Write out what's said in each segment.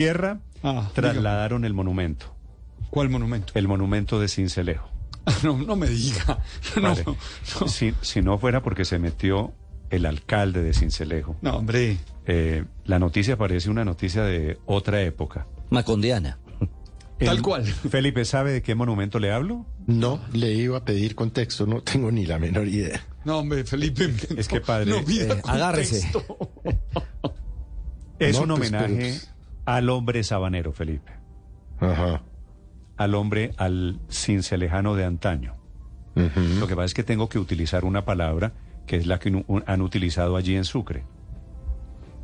tierra Ah, trasladaron el monumento, ¿Cuál monumento? el monumento de Cincelejo. Ah, No, no me diga. No, Padre, no, Si, si no fuera porque se metió el alcalde de Cincelejo, no, hombre. eh, la noticia parece una noticia de otra época. Macondiana. Tal El- cual. Felipe, ¿sabe de qué monumento le hablo? No, le iba a pedir contexto, no tengo ni la menor idea. No, hombre, Felipe. Es no, que, padre, no pida eh, agárrese. contexto. Es No, un pues, homenaje pero- al hombre sabanero, Felipe, Ajá. al hombre, al cincelejano de antaño. Mm. ujú. Lo que pasa es que tengo que utilizar una palabra que es la que nu- un- han utilizado allí en Sucre.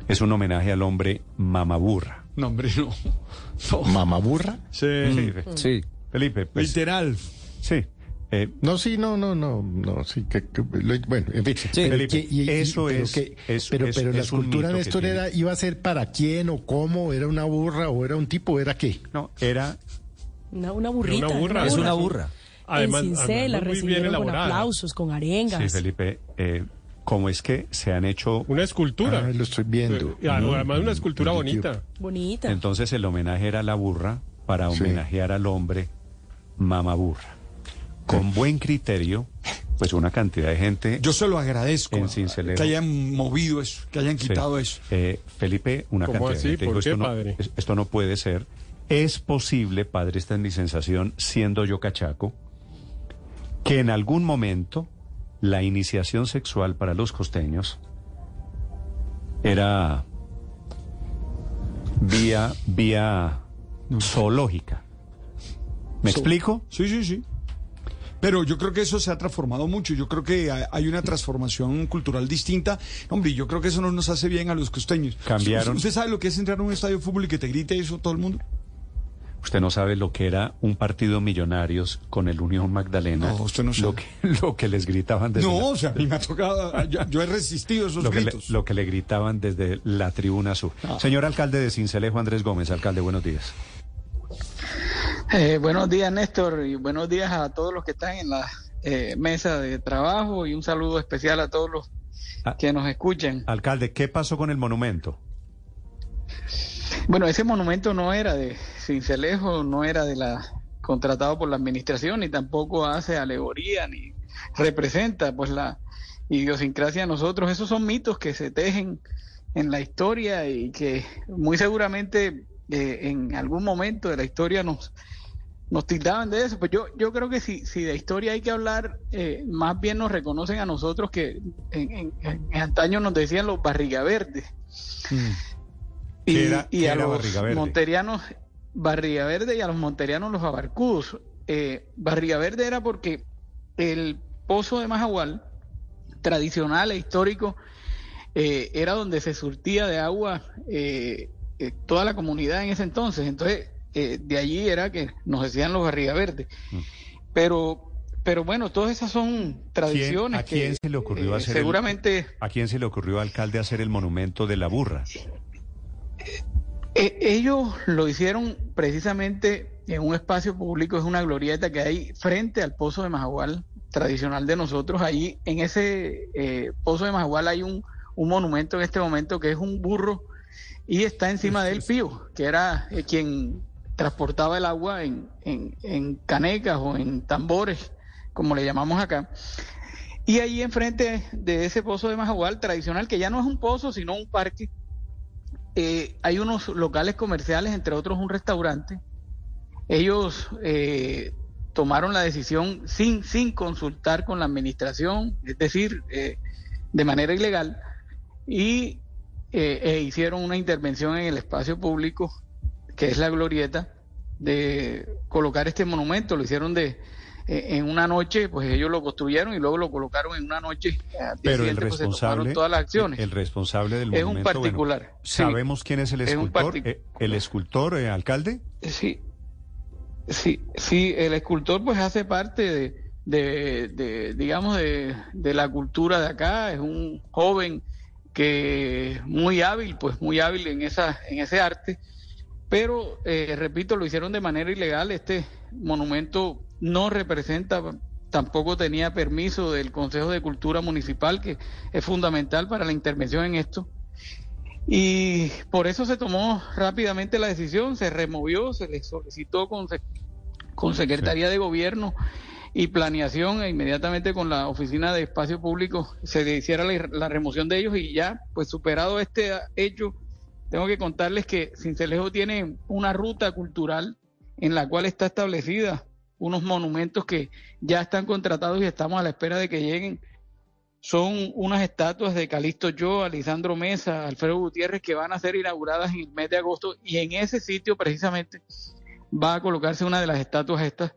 Es un homenaje al hombre mamaburra. No, hombre, no. No. ¿Mamaburra? Sí. Felipe, Sí. Felipe, pues, Literal. sí. eh, No, sí, no, no, no, no, sí, que, que- lo- bueno, en fin. Felipe, que- y- y- eso pero es- que- es- pero, es- pero la es un escultura mito de que Néstor tiene. era, iba a ser para quién o cómo, era una burra o era un tipo, era qué. no, era Una, una burrita. Una burra. Es una burra. Además- en además Cincel la muy bien recibieron con elaborada. aplausos, con arengas. Sí, Felipe, eh, como es que se han hecho, Una escultura. Ah, lo estoy viendo. Eh, Además, una escultura Mm. bonita. Bonita. entonces el homenaje era la burra para Sí. homenajear al hombre mamaburra. Con buen criterio, pues una cantidad de gente... Yo se lo agradezco. En Cincelejo. Que hayan movido eso, que hayan Sí. quitado eso. Eh, Felipe, una ¿Cómo cantidad de así? gente ¿Por dijo, qué, esto, padre? No, es- esto no puede ser. Es posible, padre, esta es mi sensación, siendo yo cachaco, que en algún momento la iniciación sexual para los costeños era vía, vía zoológica. ¿Me So- explico? Sí, sí, sí. Pero yo creo que eso se ha transformado mucho. Yo creo que ha- hay una transformación cultural distinta. Hombre, yo creo que eso no nos hace bien a los costeños. Cambiaron. ¿Usted sabe lo que es entrar a un estadio de fútbol y que te grite eso todo el mundo? Usted no sabe lo que era un partido millonarios con el Unión Magdalena. No, usted no lo sabe. que, lo que les gritaban desde No, la- o sea, a mí me ha tocado. Yo, yo he resistido esos lo que, le, gritos. lo que le gritaban desde la tribuna sur. Ah. Señor alcalde de Cincelejo, Andrés Gómez, alcalde, buenos días. Eh, buenos días, Néstor, y buenos días a todos los que están en la eh, mesa de trabajo y un saludo especial a todos los Ah. que nos escuchan. Alcalde, ¿qué pasó con el monumento? Bueno, ese monumento no era de Cincelejo, no era de la contratado por la administración y tampoco hace alegoría ni representa pues la idiosincrasia de nosotros. Esos son mitos que se tejen en la historia y que muy seguramente eh, en algún momento de la historia nos nos tildaban de eso. Pues yo yo creo que si si de historia hay que hablar, eh, más bien nos reconocen a nosotros que en, en- en antaño nos decían los barriga verdes. Y, ¿Qué Hmm. era- y qué a era los Barriga Verde? monterianos, Barriga Verde y a los monterianos los abarcudos. Eh, Barriga Verde era porque el pozo de Majagual, tradicional e histórico, eh, era donde se surtía de agua eh, eh, toda la comunidad en ese entonces. Entonces, eh, de allí era que nos decían los Barriga Verde. Pero, pero bueno, todas esas son Mm. tradiciones ¿A quién que se le ocurrió eh, hacer el- seguramente... ¿A quién se le ocurrió, alcalde, hacer el monumento de la burra? Eh, ellos lo hicieron precisamente en un espacio público, es una glorieta que hay frente al pozo de Majagual, tradicional de nosotros. Allí, en ese eh, pozo de Majagual hay un, un monumento en este momento que es un burro y está encima del pío, que era eh, quien transportaba el agua en, en- en canecas o en tambores, como le llamamos acá. Y ahí enfrente de ese pozo de Majagual tradicional, que ya no es un pozo, sino un parque, eh, hay unos locales comerciales, entre otros un restaurante. Ellos eh, tomaron la decisión sin, sin consultar con la administración, es decir, eh, de manera ilegal, y eh, e hicieron una intervención en el espacio público, que es la glorieta, de colocar este monumento. Lo hicieron de eh, en una noche, pues ellos lo construyeron y luego lo colocaron en una noche. Al día Pero el siguiente, pues, se tomaron responsable, todas las acciones. el responsable del es monumento, un bueno, particular. sí. sabemos quién es el Es un escultor, particu- eh, el escultor, eh, alcalde. Sí, sí, sí, el escultor pues hace parte de, de- de, digamos, de, de la cultura de acá, es un joven que es muy hábil, pues muy hábil en, esa, en ese arte, pero eh, repito, lo hicieron de manera ilegal, este monumento no representa, tampoco tenía permiso del Consejo de Cultura Municipal, que es fundamental para la intervención en esto. Y por eso se tomó rápidamente la decisión, se removió, se le solicitó con, se- con Secretaría de Gobierno y Planeación e inmediatamente con la Oficina de Espacio Público se le hiciera la, la remoción de ellos y ya, pues superado este hecho, tengo que contarles que Cincelejo tiene una ruta cultural en la cual está establecida unos monumentos que ya están contratados y estamos a la espera de que lleguen son unas estatuas de Calixto Yo, Lisandro Mesa, Alfredo Gutiérrez, que van a ser inauguradas en el mes de agosto y en ese sitio precisamente va a colocarse una de las estatuas estas,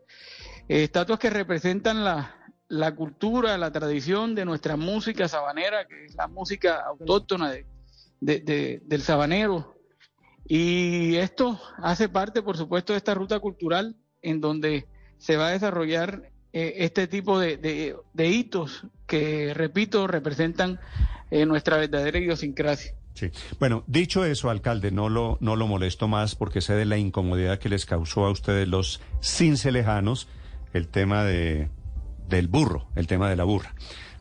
eh, estatuas que representan la, la cultura, la tradición de nuestra música sabanera, que es la música autóctona de- de- de- del sabanero. Y esto hace parte, por supuesto, de esta ruta cultural en donde se va a desarrollar eh, este tipo de, de- de hitos que, repito, representan eh, nuestra verdadera idiosincrasia. Sí. Bueno, dicho eso, alcalde, no lo, no lo molesto más porque sé de la incomodidad que les causó a ustedes los cincelejanos el tema de, del burro, el tema de la burra.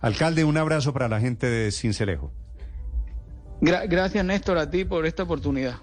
Alcalde, un abrazo para la gente de Cincelejo. Gra- gracias, Néstor, a ti por esta oportunidad.